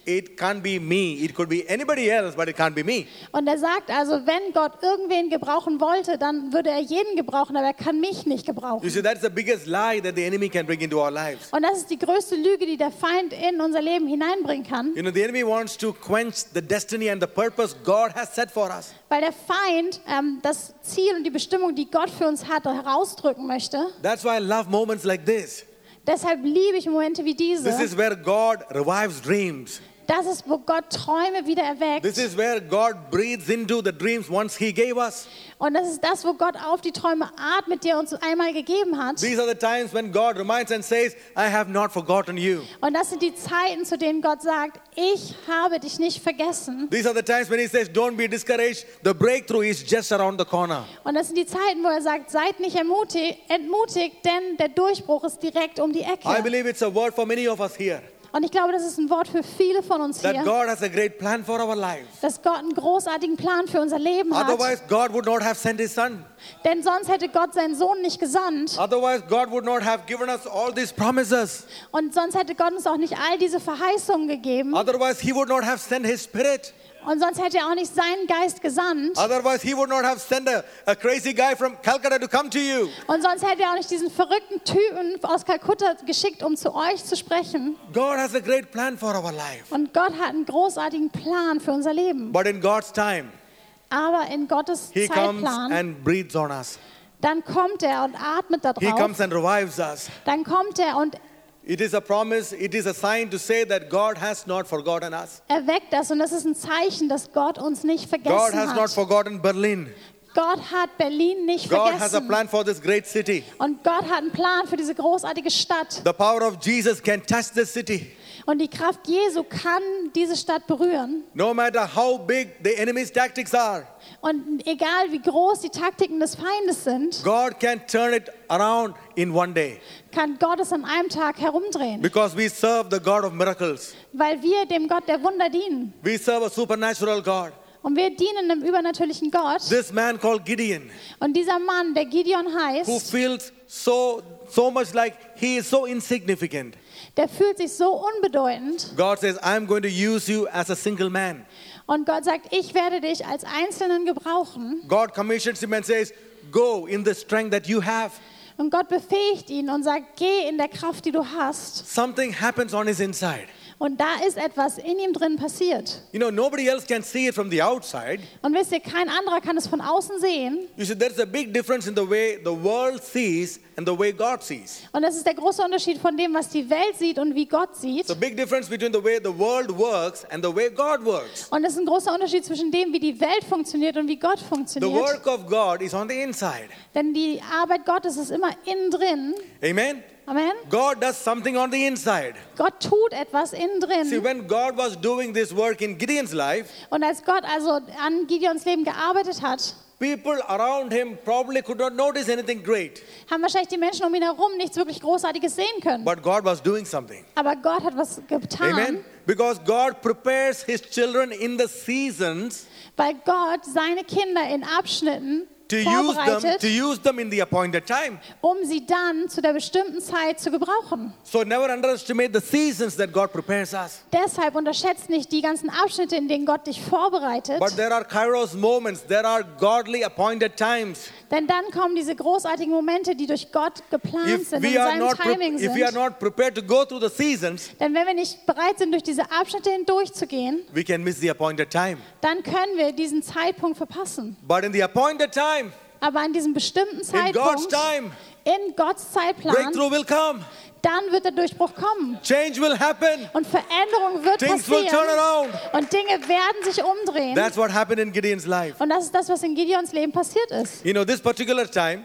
it can't be me. It could be anybody else, but it can't be me. Und er sagt also, wenn Gott irgendwen gebrauchen wollte, dann würde er jeden gebrauchen, aber er kann mich nicht You gebrauchen. see, that's the biggest lie that the enemy can bring into our lives. Und das ist die größte Lüge, die der Feind in unser Leben hineinbringen kann. You know, the enemy wants to quench the destiny and the purpose God has set for us. Weil der Feind ähm, das Ziel und die Bestimmung, die Gott für uns hat, herausdrücken möchte. That's why I love moments like this. Deshalb liebe ich Momente wie This diese. is where God revives dreams. Das ist, wo Gott Träume wieder This erweckt. is where God breathes into the dreams once He gave us. Und das ist das, wo Gott auf die Träume atmet, die er uns einmal gegeben hat. These are the times when God reminds and says, I have not forgotten you. Und das sind die Zeiten, zu denen Gott sagt, ich habe dich nicht vergessen. These are the times when He says, Don't be discouraged. The breakthrough is just around the corner. Und das sind die Zeiten, wo er sagt, seid nicht ermutigt, entmutigt, denn der Durchbruch ist direkt um die I Ecke. believe it's a word for many of us here Und ich glaube, das ist ein Wort für viele von uns that hier, God has a great plan for our lives. dass Gott einen großartigen Plan für unser Leben hat. Otherwise, God would not have sent His Son. Denn sonst hätte Gott seinen Sohn nicht gesandt Otherwise, God would not have given us all these promises. und sonst hätte Gott uns auch nicht all diese Verheißungen gegeben Otherwise, He would not have sent His Spirit. und sonst hätte er auch nicht seinen Geist gesandt Otherwise, He would not have sent a, a crazy guy from Calcutta to come to you. und sonst hätte er auch nicht diesen verrückten Typen aus Kalkutta geschickt, um zu euch zu sprechen. God has a great plan for our life. Und Gott hat einen großartigen Plan für unser Leben. But in God's time, Aber in Gottes He comes Zeitplan, and breathes on us. dann kommt er und atmet da He drauf. comes and revives us. Dann kommt er und It is a promise, it is a sign to say that God has not forgotten us. erweckt das. Und das ist ein Zeichen, dass Gott uns nicht God vergessen has not hat. forgotten Berlin. Gott hat Berlin nicht God has a vergessen. plan for this great city. Und Gott hat einen Plan für diese großartige Stadt. The power of Jesus can touch this city. Und die Kraft Jesu kann diese Stadt berühren. No matter how big the enemy's tactics are, Und egal wie groß die Taktiken des Feindes sind, God can turn it around in one day kann Gott es an einem Tag herumdrehen. because we serve the God of miracles. Weil wir dem Gott der Wunder dienen. We serve a supernatural God. Und wir dienen einem übernatürlichen Gott. This man called Gideon, Und dieser Mann, der Gideon who heißt, feels so so much like he is so insignificant. der fühlt sich so unbedeutend. God says, "I'm going to use you as a single man." Und Gott sagt, ich werde dich als Einzelnen gebrauchen. God commissions him and says, "Go in the strength that you have." Und Gott befähigt ihn und sagt, geh in der Kraft, die du hast. Something happens on his inside. Und da ist etwas in ihm drin passiert. You know, nobody else can see it from the outside. Und wisst ihr, kein anderer kann es von außen sehen. You see, there's a big difference in the way the world sees and the way God sees. Und das ist der große Unterschied von dem, was die Welt sieht und wie Gott sieht. It's a big difference between the way the world works and the way God works. Und es ist ein großer Unterschied zwischen dem, wie die Welt funktioniert und wie Gott The funktioniert. work of God is on the inside. Denn die Arbeit Gottes ist immer innen drin. Amen? Amen. God does something on the inside. Gott tut etwas innen See, drin. when God was doing this work in Gideon's life, Und als Gott also an Gideons Leben gearbeitet hat, people around him probably could not notice anything great. haben wahrscheinlich die Menschen um ihn herum nichts wirklich Großartiges sehen können. But God was doing something. Aber Gott hat was getan, Amen? Because God prepares his children in the seasons weil Gott seine Kinder in Abschnitten to use them vorbereitet, to use them in the appointed time. um sie dann zu der bestimmten Zeit zu gebrauchen. So never underestimate the seasons that God prepares us. Deshalb unterschätzt nicht die ganzen Abschnitte, in denen Gott dich vorbereitet, But there are kairos moments, there are godly appointed times. denn dann kommen diese großartigen Momente, die durch Gott geplant If sind, in we are seinem not pre- Timing if we are sind. not prepared to go through the seasons, Denn wenn wir nicht bereit sind, durch diese Abschnitte hindurchzugehen, we can miss the appointed time. dann können wir diesen Zeitpunkt verpassen. But in the appointed time, Aber an diesem bestimmten in God's Zeitpunkt, time, in Gottes Zeitplan, breakthrough will come. dann wird der Durchbruch kommen. Change will happen. Und Veränderung wird Things will turn passieren. around. Und Dinge werden sich umdrehen. That's what happened in Gideon's life. und das ist das, was in Gideons Leben passiert ist. You know, this particular time,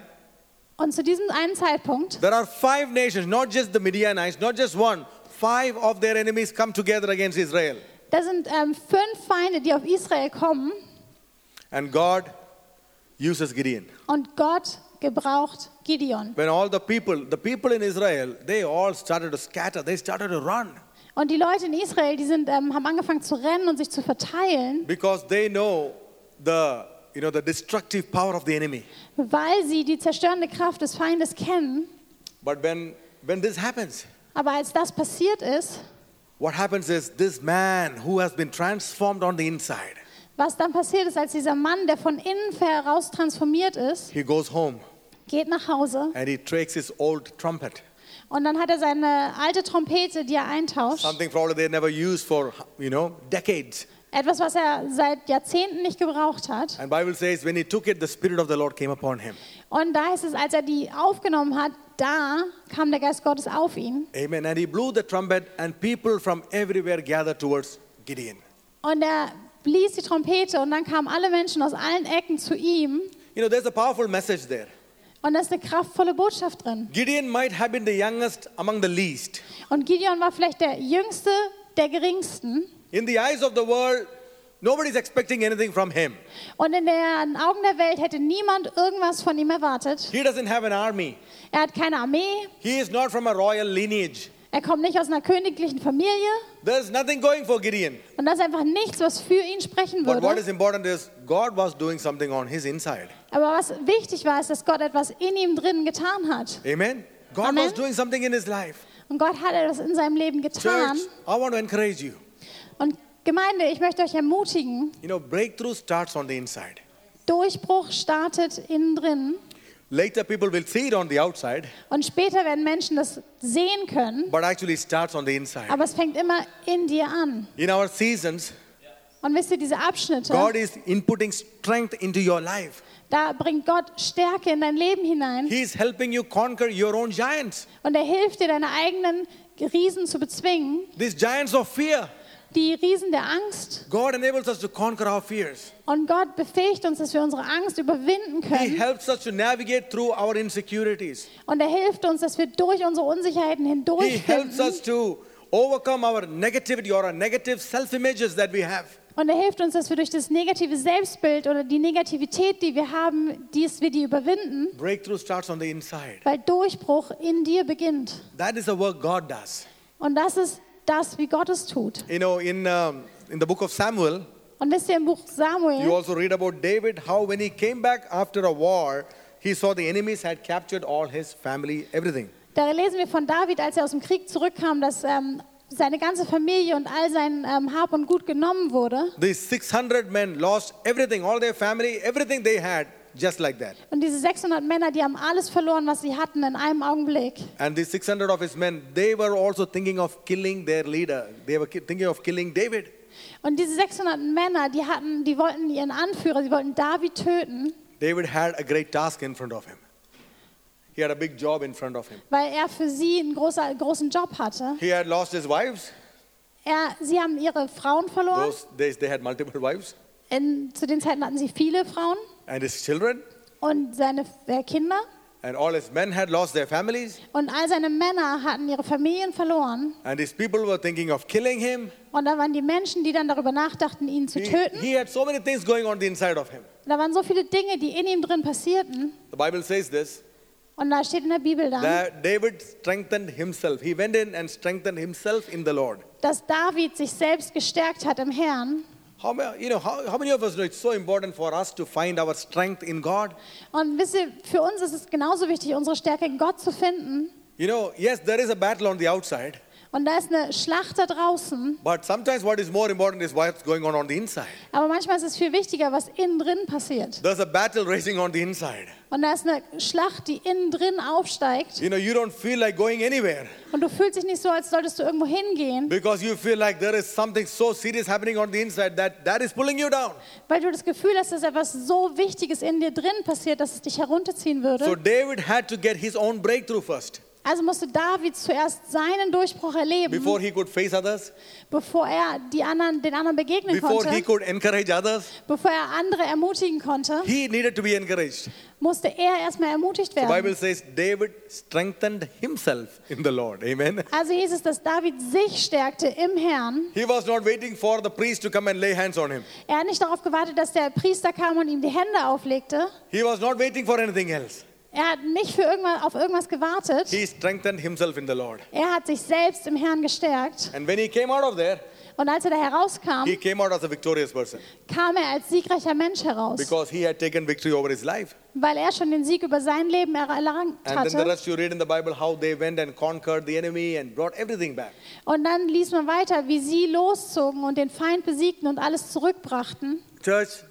Und zu diesem einen Zeitpunkt there are five nations, not just the Midianites, not just one. Five of their enemies come together against Israel. Da sind ähm, fünf Feinde, die auf Israel kommen And God uses Gideon. und Gott gebraucht Gideon. When all the people, the people in Israel, they all started to scatter, they started to run Und die Leute in Israel, die sind, ähm, haben angefangen zu rennen und sich zu verteilen, because they know the, you know, the destructive power of the enemy. weil sie die zerstörende Kraft des Feindes kennen. But when, when this happens, Aber als das passiert ist, what happens is this man who has been transformed on the inside, was dann passiert ist, als dieser Mann, der von innen heraus transformiert ist, he goes home geht nach Hause and he takes his old trumpet, und dann hat er seine alte Trompete, die er eintauscht, something probably they never used for, you know, decades. etwas, was er seit Jahrzehnten nicht gebraucht hat. And Bible says when he took it, the Spirit of the Lord came upon him. Und da heißt es, als er die aufgenommen hat, da kam der Geist Gottes auf ihn. Amen. And he blew the trumpet, and people from everywhere gathered towards Gideon. Und er blies die Trompete und dann kamen alle Menschen aus allen Ecken zu ihm. You know, there's a powerful message there. Und da ist eine kraftvolle Botschaft drin. Gideon might have been the youngest among the least. Und Gideon war vielleicht der Jüngste der Geringsten. In the eyes of the world, nobody's expecting anything from him. Und in den Augen der Welt hätte niemand irgendwas von ihm erwartet. He doesn't have an army. Er hat keine Armee, He is not from a royal lineage. er kommt nicht aus einer königlichen Familie. There's nothing going for Gideon. Und das ist einfach nichts, was für ihn sprechen But what würde. is important is God was doing something on his inside. Aber was wichtig war, ist, dass Gott etwas in ihm drin getan hat. Amen. God Amen. was doing something in his life. Und Gott hat etwas in seinem Leben getan. Church, I want to encourage you. Und Gemeinde, ich möchte euch ermutigen, You know, breakthrough starts on the inside. Durchbruch startet innen drin. Later, people will see it on the outside, Und später werden Menschen das sehen können, but actually, it starts on the inside. aber es fängt immer in dir an. In our seasons, Und wisst ihr, diese Abschnitte, God is inputting strength into your life. da bringt Gott Stärke in dein Leben hinein He is helping you conquer your own giants, und er hilft dir, deine eigenen Riesen zu bezwingen, these giants of fear. die Riesen der Angst. God enables us to conquer our fears. Und Gott befähigt uns, dass wir unsere Angst überwinden He können. helps us to navigate through our insecurities. Und er hilft uns, dass wir durch unsere Unsicherheiten He helps hindurchfinden. us to overcome our negativity or our negative self images that we have. Und er hilft uns, dass wir durch das negative Selbstbild oder die Negativität, die wir haben, dies wir die überwinden, Breakthrough starts on the inside. weil Durchbruch in dir beginnt. That is the work God does. Und das ist das, wie Gott es tut. You know, in, um, in the book of Samuel, Und wisst ihr im Buch You Samuel, also read about David, how when he came back after a war, he saw the enemies had captured all his family, everything. da lesen wir von David, als er aus dem Krieg zurückkam, dass ähm, seine ganze Familie und all sein ähm, Hab und Gut genommen wurde. These 600 men lost everything, all their family, everything they had, just like that. Und diese 600 Männer, die haben alles verloren, was sie hatten, in einem Augenblick. And these 600 of his men, they were also thinking of killing their leader. They were ki- thinking of killing David. Und diese 600 Männer, die hatten, die wollten ihren Anführer, sie wollten David töten. David had a great task in front of him. He had a big job in front of him. weil er für sie einen großer, großen Job hatte. He had lost his wives. Er, sie haben ihre Frauen verloren. Those days they had multiple wives In, zu den Zeiten hatten sie viele Frauen and his children und seine äh, Kinder. and all his men had lost their families Und all seine Männer hatten ihre Familien verloren. and his people were thinking of killing him. Und da waren die Menschen, die dann darüber nachdachten, ihn zu He, töten. he had so many things going on the inside of him. Da waren so viele Dinge, die in ihm drin passierten. The Bible says this Und da steht in der Bibel dann, that David strengthened himself. He went in and strengthened himself in the Lord. dass David sich selbst gestärkt hat im Herrn. How, ma- you know, how, how many of us know it's so important for us to find our strength in God? Und wisst ihr, für uns ist es genauso wichtig, unsere Stärke in Gott zu finden. You know, yes, there is a battle on the outside, Und da ist eine Schlacht da draußen. but sometimes what is more important is what's going on on the inside. Aber manchmal ist es viel wichtiger, was innen drin passiert. There's a battle raging on the inside. Und da ist eine Schlacht, die innen drin aufsteigt. You know, you don't feel like going anywhere Und du fühlst dich nicht so, als solltest du irgendwo hingehen, because you feel like there is something so serious happening on the inside that that is pulling you down. weil du das Gefühl hast, dass etwas so Wichtiges in dir drin passiert, dass es dich herunterziehen So würde. David had to get his own breakthrough first Also musste David zuerst seinen Durchbruch erleben, before he could face others, bevor er die anderen, den anderen begegnen before konnte, he could encourage others. bevor er andere ermutigen konnte, He needed to be encouraged. musste er erstmal ermutigt The Bible werden. says David strengthened himself in the Lord. Amen. Also hieß es, dass David sich stärkte im Herrn. He was not waiting for the priest to come and lay hands on him. Er hat nicht darauf gewartet, dass der Priester kam und ihm die Hände auflegte. He was not waiting for anything else. Er hat nicht für irgendwas, auf irgendwas gewartet. He strengthened himself in the Lord. Er hat sich selbst im Herrn gestärkt. And when he came out of there, Und als er da herauskam, he came out as a victorious person kam er als siegreicher Mensch heraus, because he had taken victory over his life. weil er schon den Sieg über sein Leben erlangt And then the hatte. rest you read in the Bible how they went and conquered the enemy and brought everything back. Und dann liest man weiter, wie sie loszogen und den Feind besiegten und alles zurückbrachten. Church,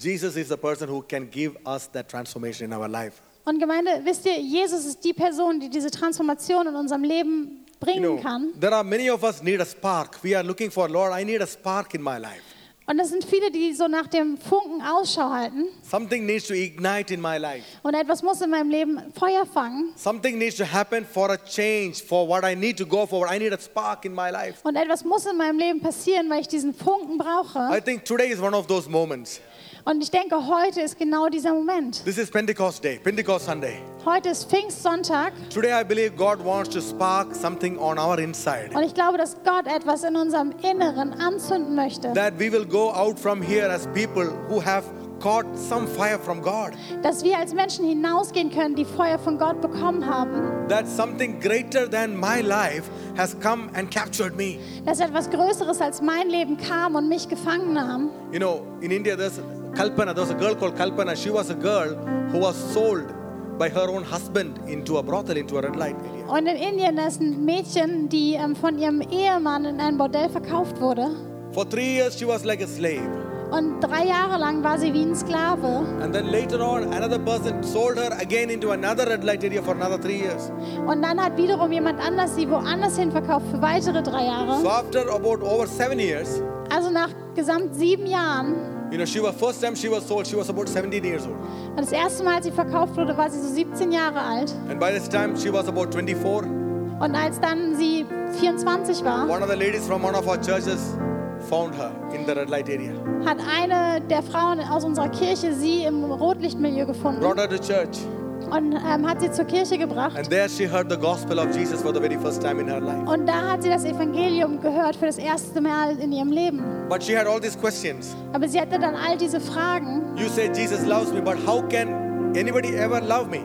Jesus is the person who can give us that transformation in our life. Und Gemeinde, wisst ihr, Jesus ist die Person, die diese Transformation in unserem Leben You bringen know, kann. there are many of us need a spark. We are looking for, Lord, I need a spark in my life. Und es sind viele, die so nach dem Funken Ausschau halten. Something needs to ignite in my life. Und etwas muss in meinem Leben Feuer fangen. Something needs to happen for a change, for what I need to go for. I need a spark in my life. Und etwas muss in meinem Leben passieren, weil ich diesen Funken I brauche. think today is one of those moments. Und ich denke, heute ist genau dieser Moment. This is Pentecost Day, Pentecost Sunday. Heute ist Pfingstsonntag Today, I believe God wants to spark something on our inside. und ich glaube, dass Gott etwas in unserem Inneren anzünden möchte. That we will go out from here as people who have caught some fire from God. Dass wir als Menschen hinausgehen können, die Feuer von Gott bekommen haben. That something greater than my life has come and captured me. Dass etwas Größeres als mein Leben kam und mich gefangen nahm. You know, in India, there's Kalpana. There was a girl called Kalpana. She was a girl who was sold by her own husband into a brothel, into a red light area. Und in Indien da ist ein Mädchen, die ähm, von ihrem Ehemann in ein Bordell verkauft wurde. For three years, she was like a slave. Und drei Jahre lang war sie wie ein Sklave. And then later on, another person sold her again into another red light area for another three years. Und dann hat wiederum jemand anders sie woanders hin verkauft für weitere drei So Jahre. after about over seven years, Also nach gesamt sieben Jahren. you know, she was first time she was sold, she was about 17 years old. Und das erste Mal, als sie verkauft wurde, war sie so 17 Jahre alt. And by this time, she was about 24. Und als dann sie 24 war, One of the ladies from one of our churches found her in the red light area, hat eine der Frauen aus unserer Kirche sie im Rotlichtmilieu gefunden brought her to church, und ähm, hat sie zur Kirche and gebracht. there she heard the gospel of Jesus for the very first time in her life. Und da hat sie das Evangelium gehört für das erste Mal in ihrem Leben. But she had all these questions. Aber sie hatte dann all diese Fragen. You say Jesus loves me, but how can anybody ever love me?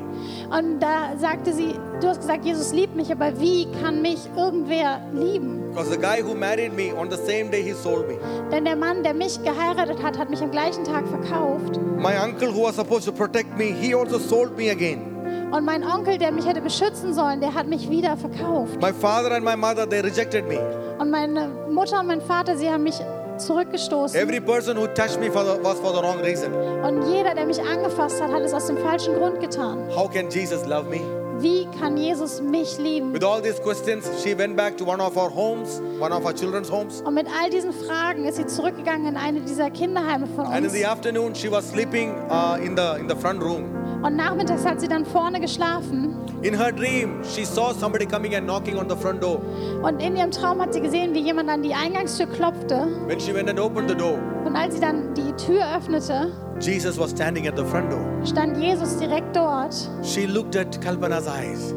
Und da sagte sie, du hast gesagt, Jesus liebt mich, aber wie kann mich irgendwer lieben? Because the guy who married me on the same day he sold me. Denn der Mann, der mich geheiratet hat, hat mich am gleichen Tag verkauft. My uncle, who was supposed to protect me, he also sold me again. Und mein Onkel, der mich hätte beschützen sollen, der hat mich wieder verkauft. My father and my mother, they rejected me. Und meine Mutter und mein Vater, sie haben mich zurückgestoßen. Every person who touched me for the, was for the wrong reason. Und jeder, der mich angefasst hat, hat es aus dem falschen Grund getan. How can Jesus love me? Wie kann Jesus mich lieben? With all these questions, she went back to one of our homes, one of our children's homes. Und mit all diesen Fragen ist sie zurückgegangen in eine dieser Kinderheime von And in uns. the afternoon, she was sleeping uh, in the in the front room. Und nachmittags hat sie dann vorne geschlafen. In her dream, she saw somebody coming and knocking on the front door. Und in ihrem Traum hat sie gesehen, wie jemand an die Eingangstür klopfte. When she went and opened the door, Und als sie dann die Tür öffnete, Jesus was standing at the front door. stand Jesus direkt dort. She looked at Kalpana's eyes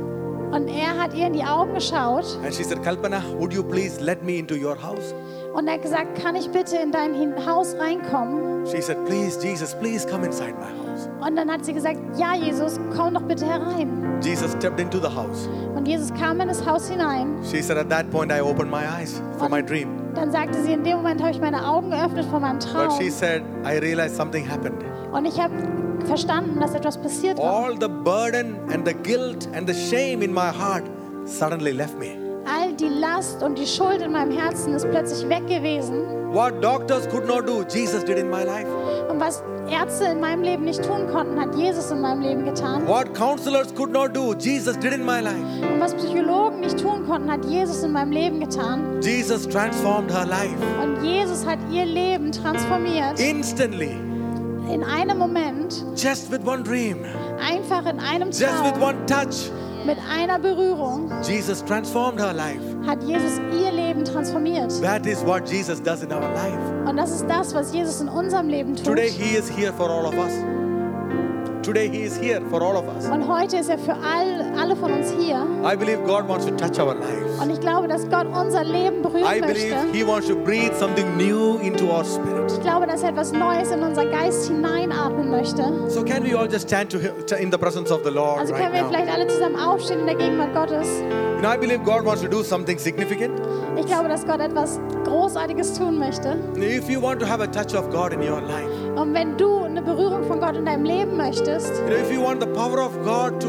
Und er hat ihr in die Augen geschaut and she said, "Kalpana, would you please let me into your house?" und er hat gesagt, kann ich bitte in dein Hin- Haus reinkommen? She said, Please, Jesus, please come inside my house. Und dann hat sie gesagt, ja Jesus, komm doch bitte herein. Jesus stepped into the house. Und Jesus kam in das Haus hinein She said, At that point, I opened my eyes from my dream. Dann sagte sie, in dem Moment habe ich meine Augen geöffnet von meinem Traum. But she said, I realized something happened. Und ich habe verstanden, dass etwas passiert war. All the burden and the guilt and the shame in my heart suddenly left me. All die Last und die Schuld in meinem Herzen ist plötzlich weg gewesen. What doctors could not do, Jesus did in my life. Und was Ärzte in meinem Leben nicht tun konnten, hat Jesus in meinem Leben getan. What counselors could not do, Jesus did in my life. Und was Psychologen nicht tun konnten, hat Jesus in meinem Leben getan. Jesus transformed her life Und Jesus hat ihr Leben transformiert. instantly, In einem Moment, just with one dream, einfach in einem just with Traum, one touch. mit einer Berührung, Jesus transformed her life. hat Jesus ihr Leben transformiert. That is what Jesus does in our life. Und das ist das, was Jesus in unserem Leben tut. Today, He is here for all of us. Today, He is here for all of us. Und heute ist er für all, alle von uns hier. I believe God wants to touch our lives. Und ich glaube, dass Gott unser Leben I berühren believe möchte. He wants to breathe something new into our spirit. Ich glaube, dass er etwas Neues in unseren Geist hineinatmen möchte. So, can we all just stand to to- in the presence of the Lord Also right können wir now? vielleicht alle zusammen aufstehen in der Gegenwart Gottes. You know, I believe God wants to do something significant. Ich glaube, dass Gott etwas Großartiges tun möchte. If you want to have a touch of God in your life, Und wenn du eine Berührung von Gott in deinem Leben möchtest, you know, if you want the power of God to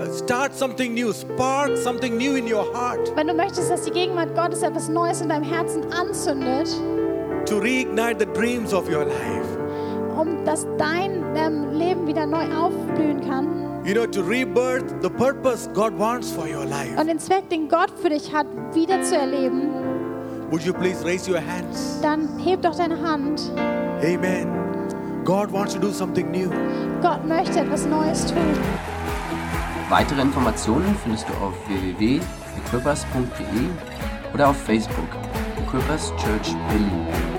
uh, start something new, spark something new in your heart, wenn du möchtest, dass die Gegenwart Gottes etwas Neues in deinem Herzen anzündet, to reignite the dreams of your life, um dass dein ähm, Leben wieder neu aufblühen kann you know, to rebirth the purpose God wants for your life. und den Zweck, den Gott für dich hat, wieder zu erleben, Would you please raise your hands? dann heb doch deine Hand. Amen. God wants to do something new. Gott möchte etwas Neues tun. Weitere Informationen findest du auf www.equippers.de oder auf Facebook Equippers Church Berlin.